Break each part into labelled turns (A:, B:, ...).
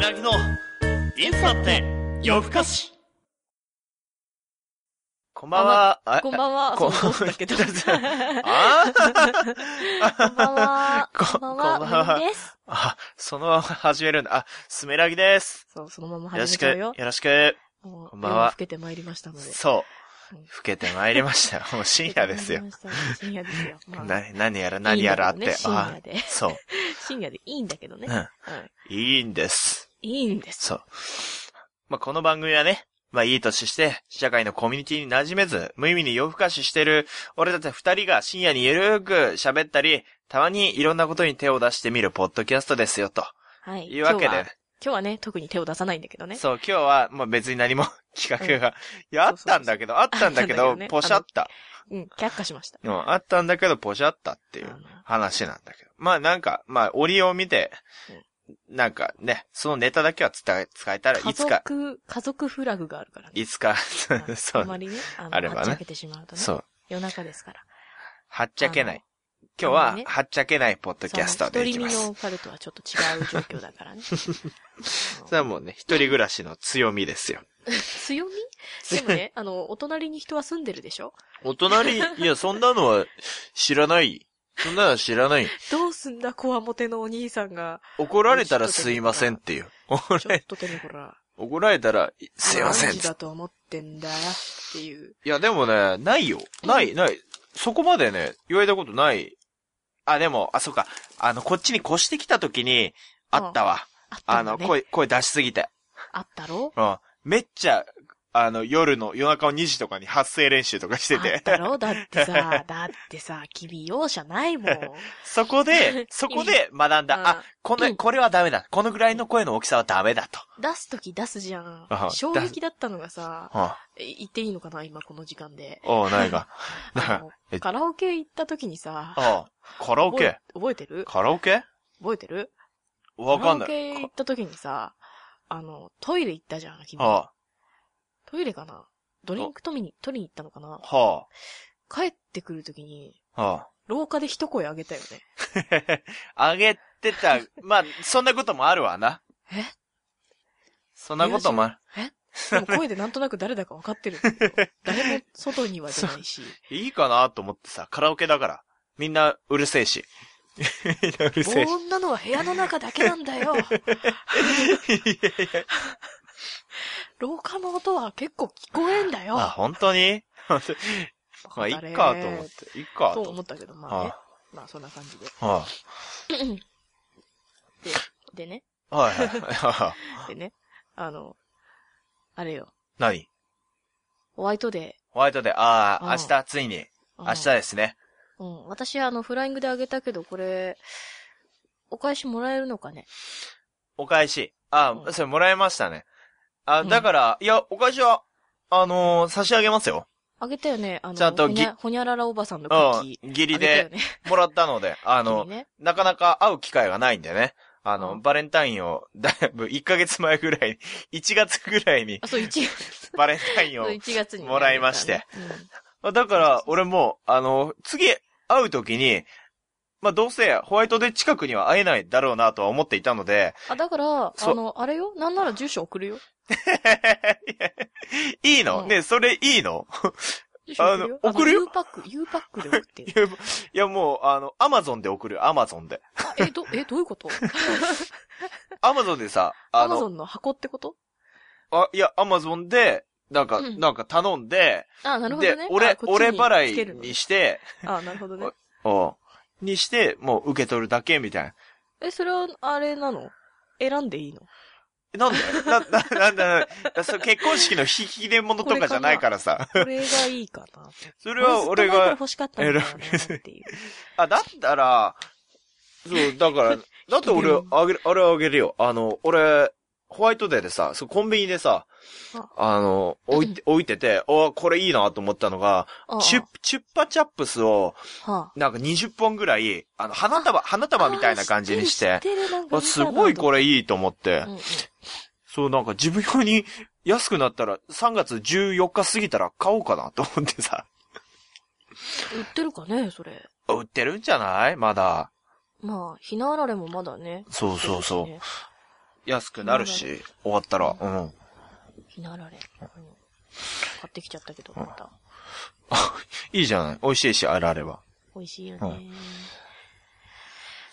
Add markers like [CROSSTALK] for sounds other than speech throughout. A: なぎのインスタって夜更かしこんばんは。あ
B: こんばんは。
A: こん
B: そうだけ
A: [LAUGHS]
B: ど。こん [LAUGHS]
A: あ
B: ばんは。
A: [LAUGHS]
B: こ
A: こ
B: んばんは。
A: こんばんは
B: まゆみです。
A: あ、そのまま始めるんだ。あ、スメラギです。
B: そう、そのまま
A: よろ
B: 始め
A: しく、
B: ちゃう
A: よ
B: よ。
A: ろしく。
B: もう
A: こんばんは
B: 夜更けてまいりましたので。
A: そう
B: うん。
A: 老けてまいりましたよ。もう深夜ですよ
B: 夜。更けてまいりました深夜ですよ。まあ
A: な、何やら何やらあ
B: い
A: っ
B: いん
A: て
B: だ。けどね深
A: あ
B: 夜で。
A: そう。
B: 深夜でいいんだけどね。
A: うん。
B: うん
A: いいんです。
B: いいんです。
A: そう。まあ、この番組はね、まあ、いい年して、社会のコミュニティに馴染めず、無意味に夜更かししてる、俺たち二人が深夜にゆるーく喋ったり、たまにいろんなことに手を出してみるポッドキャストですよ、と
B: はい。
A: いうわけで、
B: 今日は今日はね、特に手を出さないんだけどね。
A: そう、今日は、まあ、別に何も企画が、いや、あったんだけど、あったんだけ
B: あ
A: ど
B: ったんだけどね、
A: ポシャった。
B: うん、却下しました。
A: うん、あったんだけど、ポシャったってい
B: あ
A: う
B: の
A: 話なんだけど。まあ、なんか、まあ、折を見て、なんかね、そのネタだけは伝え、使えたら
B: 家
A: いつか、
B: 族、家族フラグがあるからね。
A: いつか、
B: うん
A: [LAUGHS] そ
B: あま
A: う、
B: りね、あの、
A: あればね
B: はっちゃけてしまうとね。
A: そう。
B: 夜中ですから。
A: はっちゃけない。
B: あ
A: 今
B: の
A: 日は、
B: あのね
A: はっちゃけないポッドキャス
B: そ
A: ト
B: の
A: でい
B: 一
A: き
B: 人
A: ま
B: 身の
A: す。
B: オカルトはちょっと違う状況だ
A: [LAUGHS]
B: からね。
A: それはもうね、一人暮らしの強みですよ。
B: 強みでも
A: [LAUGHS]
B: ね、あの、お隣に人は住んでるでしょ
A: お隣、いや、そんなのは知らない。そんなのは知らない。
B: どうすんだ、こわもてのお兄さんが。
A: 怒られたらすいませんって [LAUGHS] いう。怒
B: ち
A: ら
B: ょっ
A: れ
B: と手にほら、
A: 怒られたら、すいませんっ
B: 何時
A: つ
B: だと思ってんだっていう。
A: いや、でもね、ないよ。ない、ない。そこまでね、言われたことない。あ、でも、あ、そうか。あの、こっちに越してきた時に、あったわ。
B: あった
A: あ
B: んだ、
A: の、
B: ね、
A: 声、声出しすぎて。
B: あったろ
A: うん。めっちゃ、あの、夜の、夜中の2時とかに発声練習とかして
B: あ
A: て
B: っ。たろだってさ、だってさ、君容赦ないもん。
A: そ
B: [LAUGHS]
A: こで、そこで学んだ。あ、こ
B: う
A: の、
B: ん
A: これはダメだ。このぐらいの声の大きさはダメだと。
B: 出すとき出すじゃん
A: あ。
B: 衝撃だったのがさ、
A: は
B: え言っていいのかな今この時間で。
A: おう、ないが。
B: [LAUGHS]
A: [LAUGHS]
B: あ
A: え
B: のカラオケ行ったときにさ、
A: あカラオ
B: 覚
A: ケ
B: え覚えてる
A: カラオケ
B: 覚えてる
A: わかん
B: カラオ
A: な
B: ケ行
A: い
B: っ。た時にさ、あの、トイレ行ったじゃん、君。
A: は
B: トイレかなドリンク取りに、取りに行ったのかな
A: あ、は
B: 帰ってくる時に、
A: あ、は
B: 廊下で一声あげたよね。
A: あ。あげ
B: [LAUGHS]
A: てた。まあ、そんなこともあるわな。
B: え
A: そんなこともある。
B: え [LAUGHS] でも声でなんとなく誰だか分かってるんだけ
A: [LAUGHS]
B: ど、誰も外には出ないし、
A: いいかなと思ってさ、カラオケだから。みんなうるせ
B: [LAUGHS]
A: えし。みんなうるせえし。
B: こんなのは部屋の中だけなんだよ。廊下の音は結構聞こえんだよ。
A: あ、本当に [LAUGHS] 本当にまあ、いっかと思って。いっかと
B: と
A: 思って。
B: 思ったけど、まあね
A: は。
B: まあそんな感じで。
A: あ、は
B: でね、
A: あ、はいはいはい。 [LAUGHS]
B: でね、あの、あれよ、
A: 何
B: ホワイトデ
A: ホワイトデー。ああ、
B: うん
A: 明日、ついに。
B: ー。
A: 明日ですね。
B: うん。私、あの、フライングであげたけど、これ、お返しもらえるのかね
A: お返し。あ
B: う
A: あ、
B: ん
A: それもらえましたね。あ
B: うん
A: だから、いや、お返しは、あのー差し上げますよ。
B: あげたよね。あの、
A: ちゃん
B: ほ
A: と
B: にゃ、ほにゃららおばさんのクッ
A: う
B: キ
A: ん。ギ
B: ー。
A: リ
B: あげたよ
A: で
B: ね。
A: もらったので、あ
B: あ
A: の、
B: ね、
A: なかなか会う機会がないんでね。あ
B: う
A: の、
B: ん
A: バレンタインを、だいぶ1ヶ月前ぐらい、1月ぐらいに
B: あ、そう、1月。
A: バレンタ [LAUGHS] インを
B: そう、1月にね、
A: もらいまして
B: あげたね。
A: あだから、俺も、あの、次会う時に、まあ、どうせホワイトデー近くには会えないだろうなとは思っていたので、 [LAUGHS]
B: うん。あ、だから、
A: そう
B: あの、あれよなんなら住所送るよ。
A: いいの、
B: うん
A: ねそれいいの [LAUGHS]
B: 住所送るよ。
A: あの送るよ
B: あの U パック、U パックで送って
A: い [LAUGHS]
B: よ。
A: やもういや、もう、あの、アマゾンで送る、アマゾンで。
B: あ、え、ど、え、どういうこと
A: アマゾンでさ、あ
B: アマゾ
A: の、
B: ンの箱ってこと
A: あいや、アマゾンで、なんか、
B: うん
A: なんか頼んで、
B: あ、なるほど
A: で
B: ね。、
A: 俺
B: あ、こっちに
A: 俺
B: つけ
A: 払
B: る
A: い
B: のね
A: にして、
B: あ、なるほどね。
A: おにして、もう受け取るだけみたいな。
B: え、それは、あれなの選んでいいの
A: えなんだよ [LAUGHS] な、な、なんだよ、 [LAUGHS] それ結婚式の引き出物とかじゃないからさ。
B: これがいいかな。
A: [LAUGHS] そ
B: そ
A: れは俺が、
B: 欲しかったんだよなっていう。
A: あ、だったら、そう、だ
B: [LAUGHS]
A: から、だって俺、あげる、あれあげるよ。あの、俺、ホワイトデーでさ、そうコンビニでさ
B: あ、
A: あの、置
B: [LAUGHS]
A: いて、置いてて、あこれいいなと思ったのが、
B: ああ
A: チュッ、チュッパチャップスを、
B: は
A: なんか20本ぐらい、あの、花束、花
B: あ
A: 束みたいな感じにして、
B: 知ってるなんか
A: あすごいこれいいと思って
B: れ、うんうん、
A: そう、なんか自分用に安くなったら、3月14日過ぎたら買おうかなと思ってさ、
B: 売ってるかね、それ。
A: 売ってるんじゃないまだ。
B: まあ、ひなあられもまだね。
A: そうそうそう。
B: ね
A: 安くなるし、終わったら。うん。
B: ひなあられ。うん買ってきちゃったけど、また。
A: いいじゃない。美味しいし、あれあれば。
B: 美味しいよ
A: う
B: ね。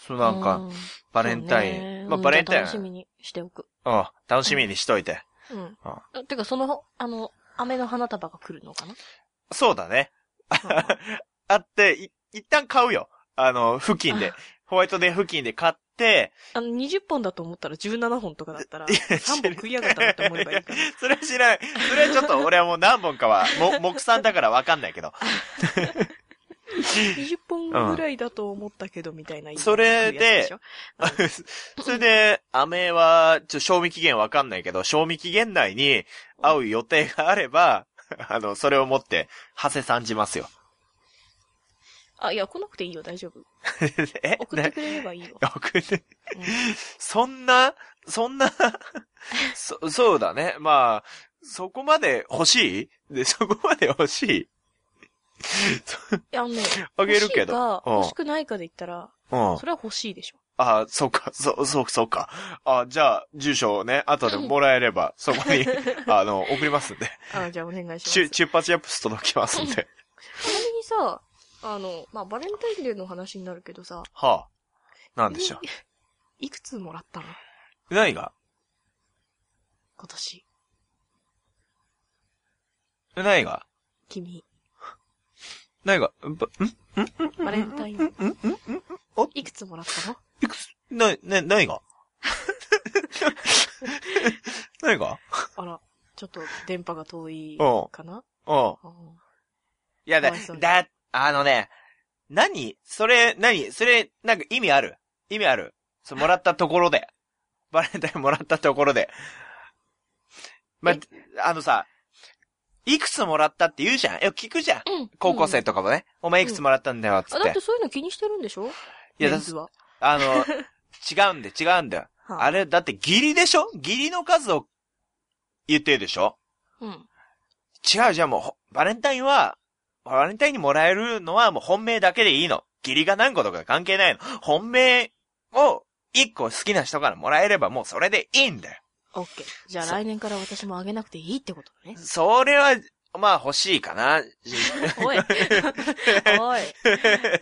A: そうなんか、
B: う、
A: バレンタイン。
B: そうね
A: まあ、
B: うん
A: バレンタイン。
B: 楽しみにしておく。
A: うん、楽しみにしといて。
B: うん
A: あ。
B: あてか、その、あの、飴の花束が来るのかな
A: そうだね。 [LAUGHS] あって、い一旦買うよ。あの、付近で。ホワイトデー付近で買って、
B: あの、20本だと思ったら17本とかだったら、3本食いやがったなって思えばいいから。
A: [LAUGHS] それは知らない。それはちょっと俺はもう何本かは、も、目算だからわかんないけど。
B: 20本ぐらいだと思ったけど、みたいな。
A: それで
B: 食うやつしょ、
A: [LAUGHS] それで、飴は、ちょ、賞味期限わかんないけど、賞味期限内に会う予定があれば、あの、それを持って、ハセさんじますよ。
B: あ、いや、来なくていいよ、大丈夫。
A: え
B: 送ってくれればいいよ。
A: 送って
B: うん
A: そんな、
B: [LAUGHS]
A: そんな、そ、そうだね。まあ、そこまで欲しいで、そこまで欲しい
B: いや、あのね、
A: あげる
B: 欲しい
A: けど。
B: か、
A: うん
B: 欲しくないかで言ったら、
A: うん
B: そ。れは欲しいでしょ。
A: あ、そうか、そう、そう、そうか。あ、じゃあ、住所をね、後でもらえれば、そこ
B: [LAUGHS]
A: に、あの、送りますんで。
B: あ、じゃあお願いします。
A: チュ、
B: ち
A: チュッパチアップス届きますんで。
B: なみにさ、あの、まあ、バレンタインデーの話になるけどさ、
A: はあ。なんでしょ
B: い [LAUGHS] いくつもらったの
A: う。何が
B: 今年。
A: 何が
B: 君。
A: 何がばん
B: バレンタイン。
A: んんんお
B: いくつもらったの
A: いくつな、な、何が [LAUGHS] 何が
B: あら、ちょっと電波が遠い
A: うん
B: かな
A: うん。
B: うん
A: いや、だ
B: かわいそ、う
A: だ、あのね、何それ、何それ、なんか意味ある意味あるそう、もらったところで。 [LAUGHS] バレンタインもらったところで。ま
B: え、
A: あのさ、いくつもらったって言うじゃんよく聞くじゃん
B: うん。
A: 高校生とかもね、お前いくつもらったんだよ、つ
B: あ、
A: っ
B: だってて。そういうの気にしてるんでしょ
A: いや、だ
B: メンズは。
A: あの、違うんだよ、違うんだ
B: [LAUGHS]
A: よ。
B: は
A: あれ、だって義理でしょ義理の数を言ってるでしょ
B: うん。
A: 違うじゃん、もうほ、バレンタインは、バレンタインにもらえるのはもう本命だけでいいの。義理が何個とか関係ないの。本命を一個好きな人からもらえればもうそれでいいんだよ。
B: オッケー。じゃあ
A: そう。
B: 来年から私もあげなくていいってことね
A: [LAUGHS] それは、まあ欲しいかな。い
B: おい。おい。おい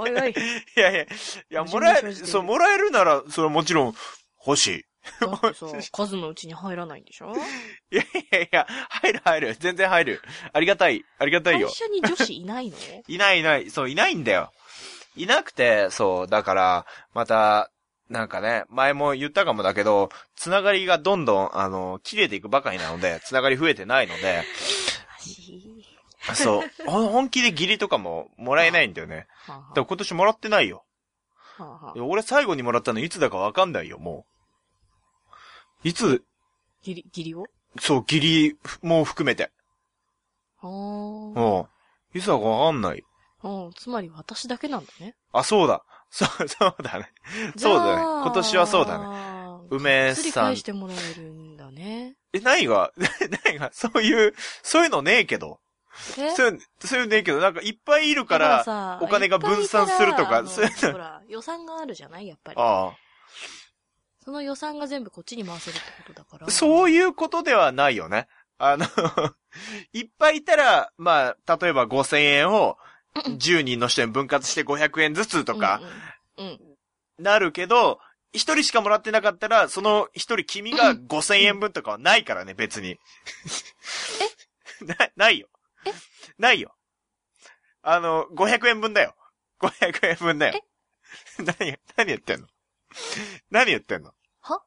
A: [LAUGHS]
B: おい。
A: やいや、いや、もらえる、そう、もらえるなら、それはもちろん欲しい。
B: だってさ、数のうちに入らないんでしょ
A: いやいやいや、入る入る、全然入る。ありがたい、ありがたい
B: 会
A: よ。
B: 社に女子いないの
A: いないいない、そう、いないんだよ。いなくて、そう、だから、また、なんかね、前も言ったかもだけど、つながりがどんどん、あの、切れていくばかりなので、つながり増えてないので、
B: マジ
A: そう、 [LAUGHS] ほん本気で義理とかももらえないんだよね。
B: はあは
A: だから今年もらってないよ。
B: あはあはいあ
A: や俺最後にもらったのいつだかわかんないよ、もう。いつ、
B: ギリ、ギリを
A: そう、義理も含めて。
B: は
A: うん。いつだかわかんない。
B: あ。うん。つまり私だけなんだね。
A: あ、そうだ。そう、 [LAUGHS] そうだね。そうだね今年はそうだね
B: ね
A: 梅
B: すり
A: さん
B: 返してもらえるんだね。
A: え、何 [LAUGHS] が、何が、そういう、そういうのねえけど。
B: え
A: そういう、そういうのねえけど、なんかいっぱいいるか
B: だ
A: ら、
B: さ
A: お金が分散するとか
B: いっぱいいたらあの
A: そういうの
B: ほら、予算があるじゃないやっぱり。
A: あ
B: その予算が全部こっちに回せるってことだから。
A: あ、そう
B: いう。
A: いうことではないよね。あの、 [LAUGHS] いっぱいいたら、まあ、例えば5000円を10人の人に分割して500円ずつとか、
B: うんうん。うん。
A: なるけど、一人しかもらってなかったら、その一人君が5000円分とかはないからね、別に。 [LAUGHS] な、ないよ。ないよ。あの、500円分だよ。500円分だよ。何、何言ってんの何言ってんの
B: は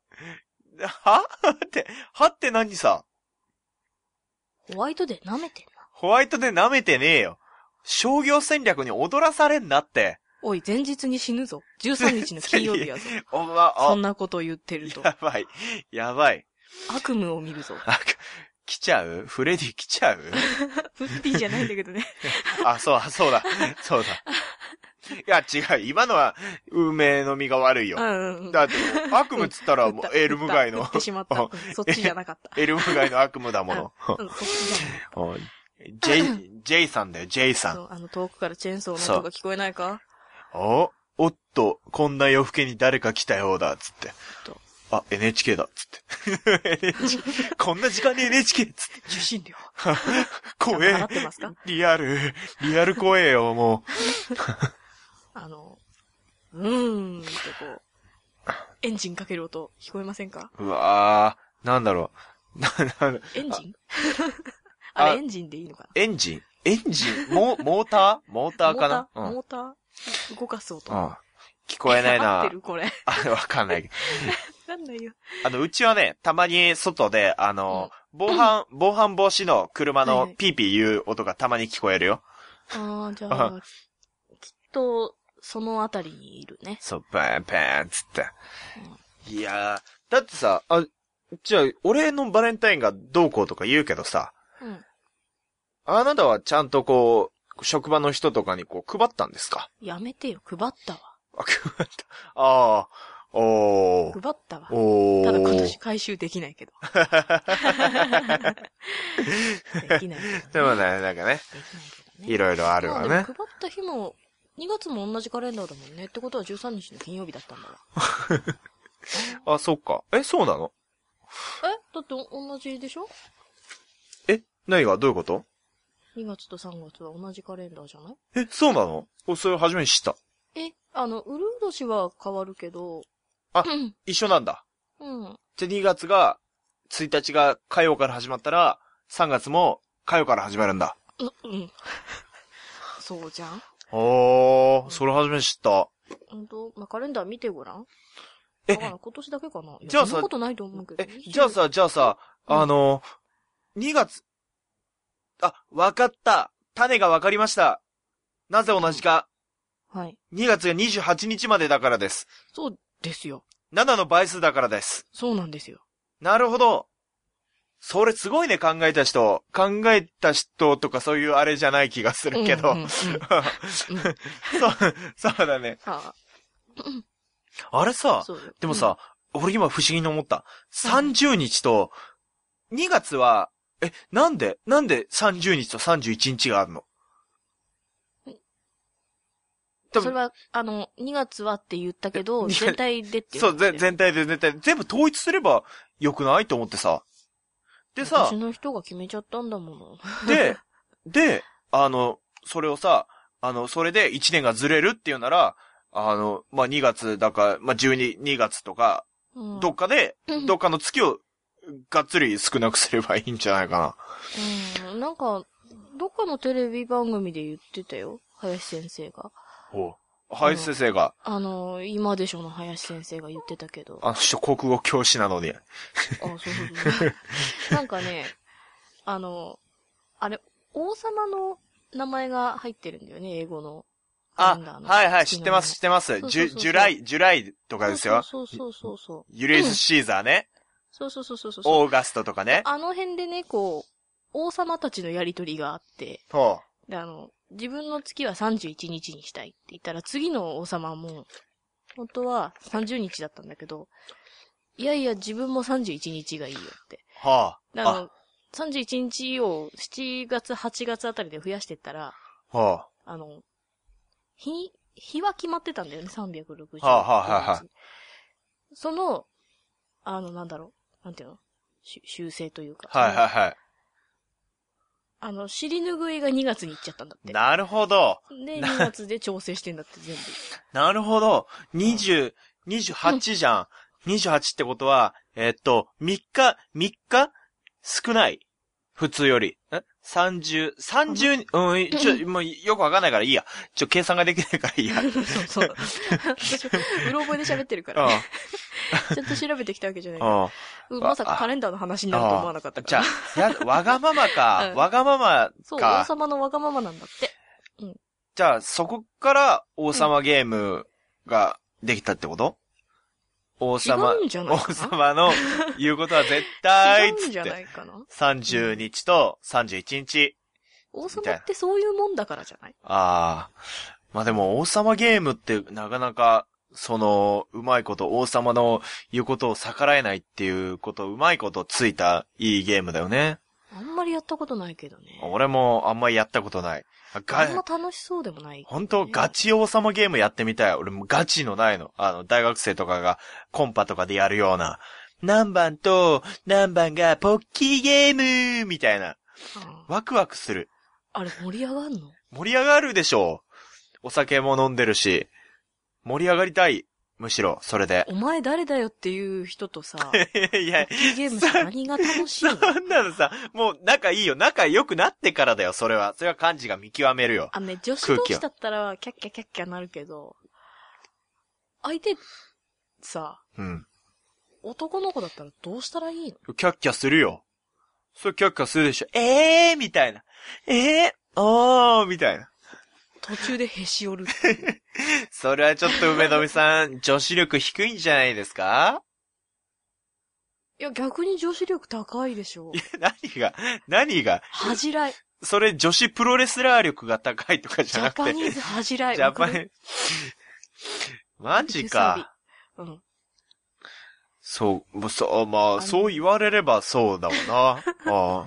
A: はって、はって何さ、
B: ホワイトで舐めてんな。
A: ホワイトで舐めてねえよ。商業戦略に踊らされんなって。
B: おい、前日に死ぬぞ。13日
A: [LAUGHS]
B: の金曜日やぞ。
A: おま、
B: そ
A: あ
B: ん、なことを言ってると。
A: やばい。やばい。
B: 悪夢を見るぞ。
A: あ、 [LAUGHS] 来ちゃうフレディ来ちゃう
B: フッピーじゃないんだけどね。
A: あ、そう、あそうだ、そうだ。いや、違う、今のは、梅の実が悪いうよ。
B: んうんうん。
A: だって、悪夢っつっ
B: [LAUGHS]
A: たら、も
B: 打っ
A: う
B: た
A: エルム街
B: 打
A: の
B: っ、てしまった。うんそっちじゃなかった。
A: [LAUGHS] エルム街の悪夢だ
B: [LAUGHS]
A: もの。
B: うん、そっちじゃない。
A: ジェ
B: [LAUGHS]
A: イ、ジェイさんだよ、ジェイさ
B: そ
A: ん。
B: う、あの、遠くからチェーンソーの音が聞こえないか
A: おおっと、こんな夜更けに誰か来たようだ、つって。
B: と、
A: あ、NHK だ、つって。NHK
B: [LAUGHS]
A: こんな時間に NHK つって。
B: 受信料。
A: 怖
B: ちゃんと払
A: え
B: っ。てますか
A: リアル。リアル怖えよ、も
B: あの、うーんってこう、エンジンかける音聞こえませんか
A: う。うわーなんだろう。 [LAUGHS] な、な、
B: エンジン
A: あ
B: あ
A: あ
B: れエンジンでいいのか
A: エンジンエンジンモ、モーターモー
B: な
A: ターかなうん。う
B: モ
A: ん
B: ーターモーター動かす音。。
A: 聞こえな
B: [LAUGHS]
A: い
B: 合っ
A: な
B: て。るこれ。わ
A: [LAUGHS] あ、わかんないけど。
B: かん
A: [LAUGHS]
B: ないよ。
A: あの、うちはね、たまに外で、あの、防
B: [CLEARS THROAT]
A: 犯、防犯防止の車
B: はい
A: の
B: はい
A: ピーピー言う音がたまに聞こえるよ。
B: ああ、じゃあ、きっと、そのあたりにいるね。
A: そう、バンバンつって。いやー、だってさ、あ、じゃあ、俺のバレンタインがどうこうとか言うけどさ、
B: うん。
A: あなたはちゃんとこう、職場の人とかにこう、配ったんですか
B: やめてよ、配ったわ。
A: あ、配った。 [LAUGHS] ああ、おー。
B: 配ったわ。
A: おー。
B: ただ今年回収できないけ
A: [LAUGHS]
B: ど。できないけどね。
A: でもね、な
B: できな
A: んかね、
B: いけどね。
A: いろいろあるわ
B: まあ
A: ね
B: で。も配った日も、2月も同じカレンダーだもんね。ってことは13日の金曜日だったんだわ。
A: あ、そっか。え、そうなの
B: えだってお同じでしょ
A: え、何がどういうこと
B: ?2 月と3月は同じカレンダーじゃない
A: え、そうなのおそれ初めに知った。
B: え、あの、うるう年は変わるけど、
A: あ
B: うん
A: 一緒なんだ。
B: うん。
A: じゃあ2月が、1日が火曜から始まったら、3月も火曜から始まるんだ。
B: ううん。 [LAUGHS] そうじゃん
A: おー、それ初めて知った。
B: 本当まあ、カレンダー見てごらん。
A: え
B: だから今年だけかな。いや
A: じゃあさ
B: そんなことないと思うけど。
A: え、じゃあさ、じゃあさ、
B: うん
A: あの、2月、あ、わかった。種がわかりました。なぜ同じか。
B: はい。
A: 2月が28日までだからです。
B: そうですよ。
A: 7の倍数だからです。
B: そうなんですよ。
A: なるほど。それすごいね、考えた人。考えた人とかそういうあれじゃない気がするけど。
B: うんうんうん
A: [LAUGHS] そう、そうだね。
B: あ
A: あれ
B: あ、
A: さ、
B: そうよ
A: でも、さ、俺今不思議に思った。30日と、2月は、え、なんで、なんで30日と31日があるの
B: う
A: 多
B: んそれ
A: 分
B: は、あの、2月はって言ったけど、
A: いや
B: 全体でって
A: そう、ぜ
B: 全
A: 全体で全体で、全部統一すればよくないと思ってさ。でさ
B: 私、の人が決めちゃったんだもの。
A: で、で、あの、それをさ、あの、それで1年がずれるっていうなら、あの、まあ、2月だか、まあ、12、2月とか、
B: うん
A: どっかで、
B: うん
A: どっかの月を、がっつり少なくすればいいんじゃないか
B: うん、なんか、どっかのテレビ番組で言ってたよ。林先生が。
A: な。お林先生が、
B: あの、今でしょの林先生が言ってたけど。あ、
A: あの人国語教師なのに。
B: そうそう
A: [LAUGHS]
B: そう。なんかね、あの、あれ、王様の名前が入ってるんだよね、英語の。カレンダー
A: あ、
B: の
A: はいはい、知ってます、知っ。てます。
B: そう
A: ジ
B: そうそう
A: ュ、ジュライ、ジュライとかですよ。
B: そうそうそうそう。
A: ユリウス・シーザーね、
B: そうそうそうそうそうそう。
A: オーガストとかね。
B: あの辺でね、こう、王様たちのやりとりがあって、
A: ほ
B: で、あの、自分の月は31日にしたいって言ったら、次の王様も、本当は30日だったんだけど、いやいや、自分も31日がいいよって。
A: う。は
B: であの、31日を7月、8月あたりで増やしてったら、
A: あ、はあ。
B: あの、日、日は決まってたんだよね、360日。
A: はあはあはあは
B: その、あの、なんだろう、なんていうのし修正というか。
A: はいはいは
B: あの、尻拭いが2月に行っちゃったんだっ
A: い。
B: て。
A: なるほど。
B: で、2月で調整してんだって、全部。
A: [LAUGHS] なるほど。20、28じゃん。28ってことは、えっと、3日、3日少ない。普通より。ん ?30、30、うん、ちょ、もうよくわかんないからいいや。ちょ、計算ができないからいいや。うん。
B: そうそう。私、 [LAUGHS] うろ覚えで喋ってるから、ちゃんと調べてきたわけじゃないから
A: うん。
B: うんまさかカレンダーの話になると思わなかったから。
A: じゃあ、や、わがままか。
B: うん
A: わがまま
B: そう、王
A: か。
B: 様のわがままなんだって。
A: じゃあ、そこから王様ゲームができたってこと、王
B: 違
A: 様、
B: うんじゃない
A: 王
B: か
A: 様の言うことは絶
B: な
A: 対
B: 違
A: っ
B: う
A: つ
B: ん
A: っ
B: じゃな
A: て。
B: いかな
A: 30日と31日。
B: 王様ってそういうもんだからじゃない
A: ああ。まあでも王様ゲームってなかなか、その、うまいこと、王様の言うことを逆らえないっていうこと、うまいことついたいいゲームだよね。
B: あんままりやったことないけどね。
A: 俺もあんまりやったことない。あ
B: あんま
A: が、
B: 楽しそうでもない。
A: 本当ガチ王様ゲームやってみたい。俺もガチのないの。あの、大学生とかがコンパとかでやるような。何番と何番がポッキーゲームみたいな。
B: うん
A: ワクワクする。
B: あれ盛り上がんの
A: 盛り上がるでしょう。お酒も飲んでるし。盛り上がりたい。むしろ、それで。
B: お前誰だよっていう人とさ、
A: [LAUGHS] いや
B: ポ、ッキーゲームして何が楽しい
A: そ
B: の
A: んなのさ、もう仲いいよ。仲良くなってからだよ、それは。それは漢字が見極めるよ。
B: あ、ね、女子
A: 空
B: 同
A: 気を
B: 士だったら、キャッキャキャッキャなるけど、相手、さ、
A: うん。
B: 男の子だったらどうしたらいいの
A: キャッキャするよ。それキャッキャするでしょ。ええー、みたいな。ええー、おー、みたいな。
B: 途中でへし折る。
A: それはちょっと梅のみさ [LAUGHS] ん、女子力低いんじゃないですか
B: いや、逆に女子力高いでしょ
A: い。や、何が、何が、
B: 恥じらい。
A: それ女子プロレスラー力が高いとか
B: ジ
A: じゃな
B: ャ
A: く
B: パ
A: て。
B: ニーズ恥じらい。
A: ジャパ
B: わかる
A: ン、マジか。。
B: 手サビうん。
A: そう、もうそう、まあ、
B: の
A: そう言われればそうだわな。
B: [LAUGHS]
A: ああ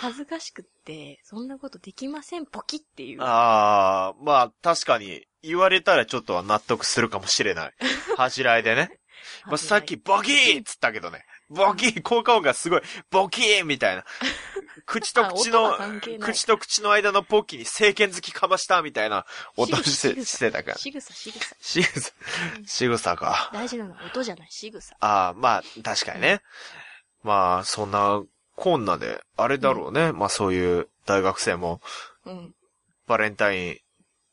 B: 恥ずかしくって、そんなことできません、ポキっていう。
A: ああ、まあ確かに、言われたらちょっとは納得するかもし
B: [LAUGHS]
A: れない。恥じらいでね。まあ
B: 恥じら
A: さ
B: い
A: っき、ボキーっつったけどね。ボキー、効果音がすごい、ボキーみ
B: [LAUGHS]
A: たいな。口と
B: あ音
A: 口の
B: は関係、ない
A: 口と口の間のポッキーに聖剣好きかましたみたいな音
B: 仕草
A: し
B: 仕
A: て、
B: 草
A: してたから。
B: 仕草、仕草。
A: 仕草、仕草か。
B: 大事なのは音じゃない、仕草。
A: ああ、まあ、確かにね。まあ、そんな、こんなで、あれだろうね。まあ、そういう大学生も、
B: うん。
A: バレンタイン、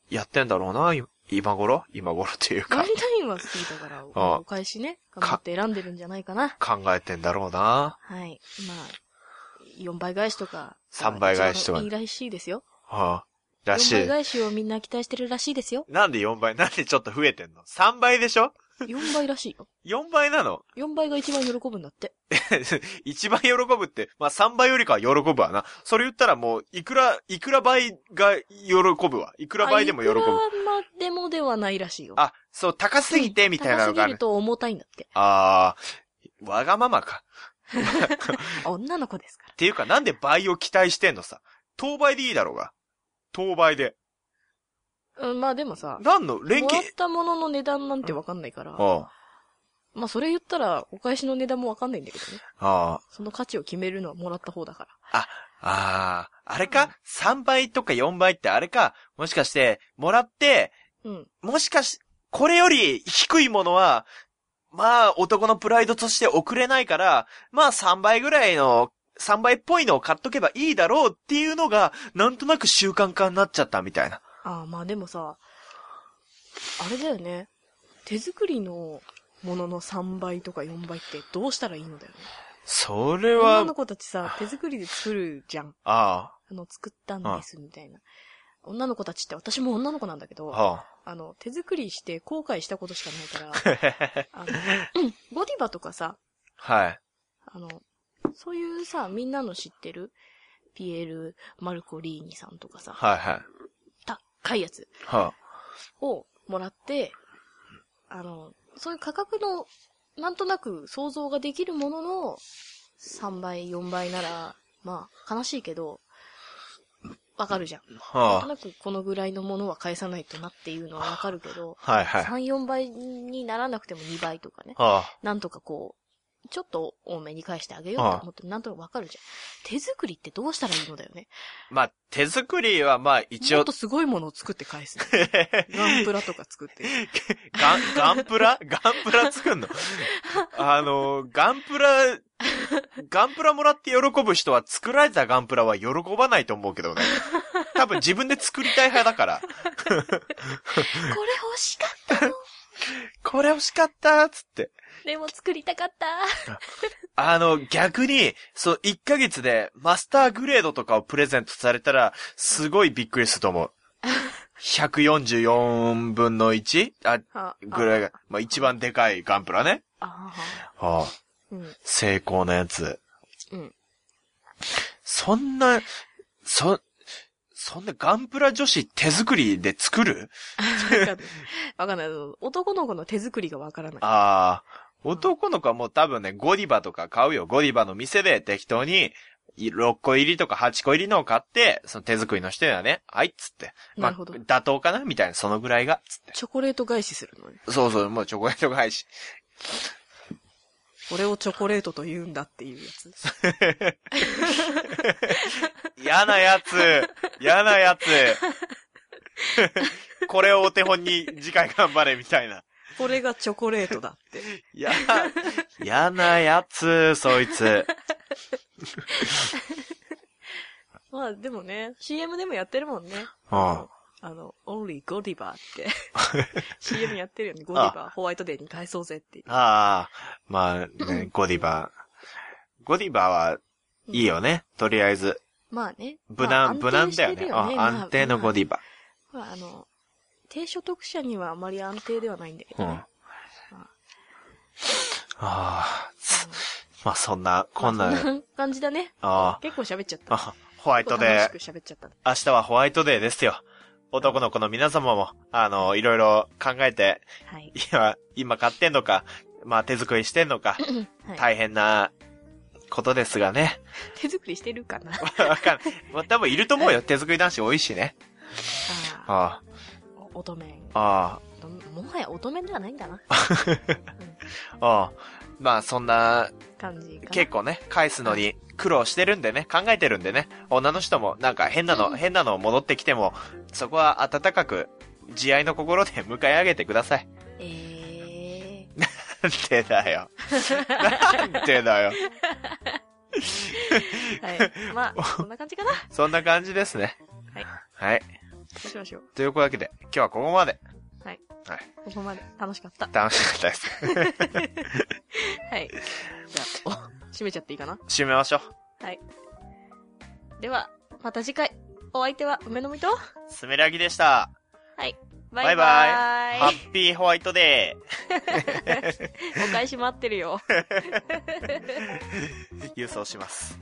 A: やってんだろうな、い今頃今頃っていう
B: バ
A: か
B: レ、ンタインは好きだから、
A: あ
B: お返しね、頑張って選んでるんじゃないかな。
A: 考えてんだろうな。
B: はい。まあ、4倍返しとか。
A: 三倍返しとか
B: 一番いいらしいですよ。
A: はあ、らし
B: 4倍
A: い。
B: 返しをみんな期待してるらしいですよ。
A: なんで4倍なんでちょっと増えてんの ?3 倍でしょ
B: 4倍らしいよ。
A: ?4 倍なの [LAUGHS]
B: 4倍が一番喜ぶんだって。
A: 一番喜ぶって、まあ3倍よりかは喜ぶわな。それ言ったらもう、いくら、いくら倍が喜ぶわ。いくら倍でも喜
B: あ
A: ぶ
B: い。くらまでもではないらしいよ。
A: あ、そう、高すぎてみたいなのがあ
B: 高すぎ
A: る
B: る。と重たいんだって。
A: あー、わがままか。
B: 女の子ですか
A: っていうか、なんで倍を期待してんのさ。当倍でいいだろうが。当倍で。
B: ら。うん、まあでもさ、
A: なんの連
B: もらっ
A: 携
B: たものの値段なんてわかんないから、
A: あ
B: まあそれ言ったらお返しの値段もわかんないんだけどね。
A: あ、あ
B: その価値を決めるのはもらった方だから。
A: あ、ああ、あれか ?3 倍とか4倍ってあれかもしかして、もらって、
B: うん。
A: もしかし、これより低いものは、まあ、男のプライドとして送れないから、まあ3倍ぐらいの、3倍っぽいのを買っとけばいいだろうっていうのが、なんとなく習慣化になっちゃったみたいな。
B: ああ、まあでもさ、あれだよね。手作りのものの3倍とか4倍ってどうしたらいいのだよね。
A: それは、
B: 女の
A: あ
B: 子たちさ、手作りで作るじゃん。
A: あ、
B: あの、作ったんです、みたいな。女の子たちって、私も女の子なんだけど、
A: は
B: あの、手作りして後悔したことしかないか
A: [LAUGHS]
B: ら、あの、
A: あ、
B: ゴディバとかさ、
A: はい。
B: あの、そういうさ、みんなの知ってる、ピエール・マルコリーニさんとかさ、
A: はいはい。
B: 高いやつ
A: は
B: をもらって、あの、そういう価格の、なんとなく想像ができるものの、3倍、4倍なら、まあ、悲しいけど、わかるじゃん。
A: あ、
B: なんと
A: は
B: なくこのぐらいのものは返さないとなっていうのはわかるけど、
A: あ、はいはい。は
B: 3、4倍にならなくても2倍とかね。
A: あ、
B: なんとかこう、ちょっと多めに返してあげようと思ってもなんとなくわかるじゃん。手作りってどうしたらいいのだよね。
A: まあ、手作りはまあ一
B: もっ
A: 応
B: と、すごいものを作って返す。
A: [LAUGHS]
B: ガン
A: ガ
B: プラとか作って。
A: ン、ガンプラガンプラ
B: [LAUGHS]
A: 作んのあの、ガンプラ、ガンプラもらって喜ぶ人は作られたガンプラは喜ばないと思うけどね。多分自分で作りたい派だから。
B: これ欲しかっ
A: これ欲しかったっつって。
B: たでも作りたかった
A: あの、逆に、そう、1ヶ月でマスターグレードとかをプレゼントされたら、すごいびっくりすると思う。144分の 1? あ、
B: あ
A: ぐらいが、まあ、一番でかいガンプラね。
B: あああ
A: ああ、
B: うん。
A: 成功のやつ。
B: うん。
A: そんな、そ、そんなガンプラ女子手作りで作る
B: わかんないわかんない。男の子の手作りがわからない。
A: ああ、男の子はもう多分ね、ゴディバとか買うよ。ゴディバの店で適当に、い6個入りとか8個入りのを買って、その手作りの人にはね、はいっつって。
B: なるほど
A: まあ、妥当かなみたいな、そのぐらいが、つって。
B: チョコレート返しするのね。
A: そうそう、もうチョコレート返し。
B: 俺をチョコレートと言うんだっていうやつ。
A: [LAUGHS] 嫌なやつ嫌なや
B: [LAUGHS]
A: つこれをお手本に次回頑張れ、みたいな。
B: これがチョコレートだって。
A: や、嫌なやつ、そいつ。
B: [LAUGHS] まあでもね、CM でもやってるもんね。
A: うん。
B: あの、オンリーゴディバーって。CM やってるよね。ゴディバー、ホワイトデーに返そうぜって。
A: ああ、まあね、ゴディバ。ゴディバはいいよね。とりあえず。
B: まあね。
A: 無
B: まあ
A: 難、無難だよね。あ安定のゴデ
B: ィ
A: ィバ。
B: バー。まああの、低所得者にはあまり安定ではないんだけ
A: う
B: ど
A: ん。
B: ね。
A: ああ、つまあそんな、こん
B: まあ、
A: な
B: そんな感じだね。
A: あ
B: 結構喋っちゃっ
A: あ
B: た。
A: あ、ホワイ
B: 結構
A: ト
B: 楽
A: デ
B: し
A: ー
B: く、喋っちゃった。
A: 明日はホワイトデーですよ。男の子の皆様も、あの、いろいろ考えて、
B: はい。
A: 今、今買ってんのか、まあ手作りしてんのか、
B: はい、
A: 大変なことですがね。
B: 手作りしてるかなあ
A: わかんない。まあ多分いると思うよ。手作り男子多いしね。
B: あ
A: あ
B: お乙女。
A: あ、ああ。
B: もはや乙女ではないんだな。
A: うん。まあそんな、
B: 感じかな。
A: 結構ね、返すのに苦労してるんでね、考えてるんでね、女の人もなんか変な
B: う
A: の、
B: ん
A: 変なの戻ってきても、そこは温かく、慈愛の心で [LAUGHS] 迎え上げてください。
B: ええ
A: なんでだ
B: [LAUGHS]
A: よ。なんでだよ。 [LAUGHS]
B: はい。まあ、そんな感じかな。
A: そんな感じですね。
B: はい。
A: はい。
B: そうしましょう。
A: というわけで、今日はここまで。
B: はい。
A: はい。
B: ここまで楽しかった。
A: 楽しかったです。
B: はい。じゃあ、お、閉めちゃっていいかな。
A: 締めましょう。
B: はい。では、また次回。お相手は梅の実と、
A: スメラギでした。
B: バイバイ。
A: バハッピーホワイトデ
B: [LAUGHS] お返し待ってるよ。
A: [LAUGHS] ー。郵送します。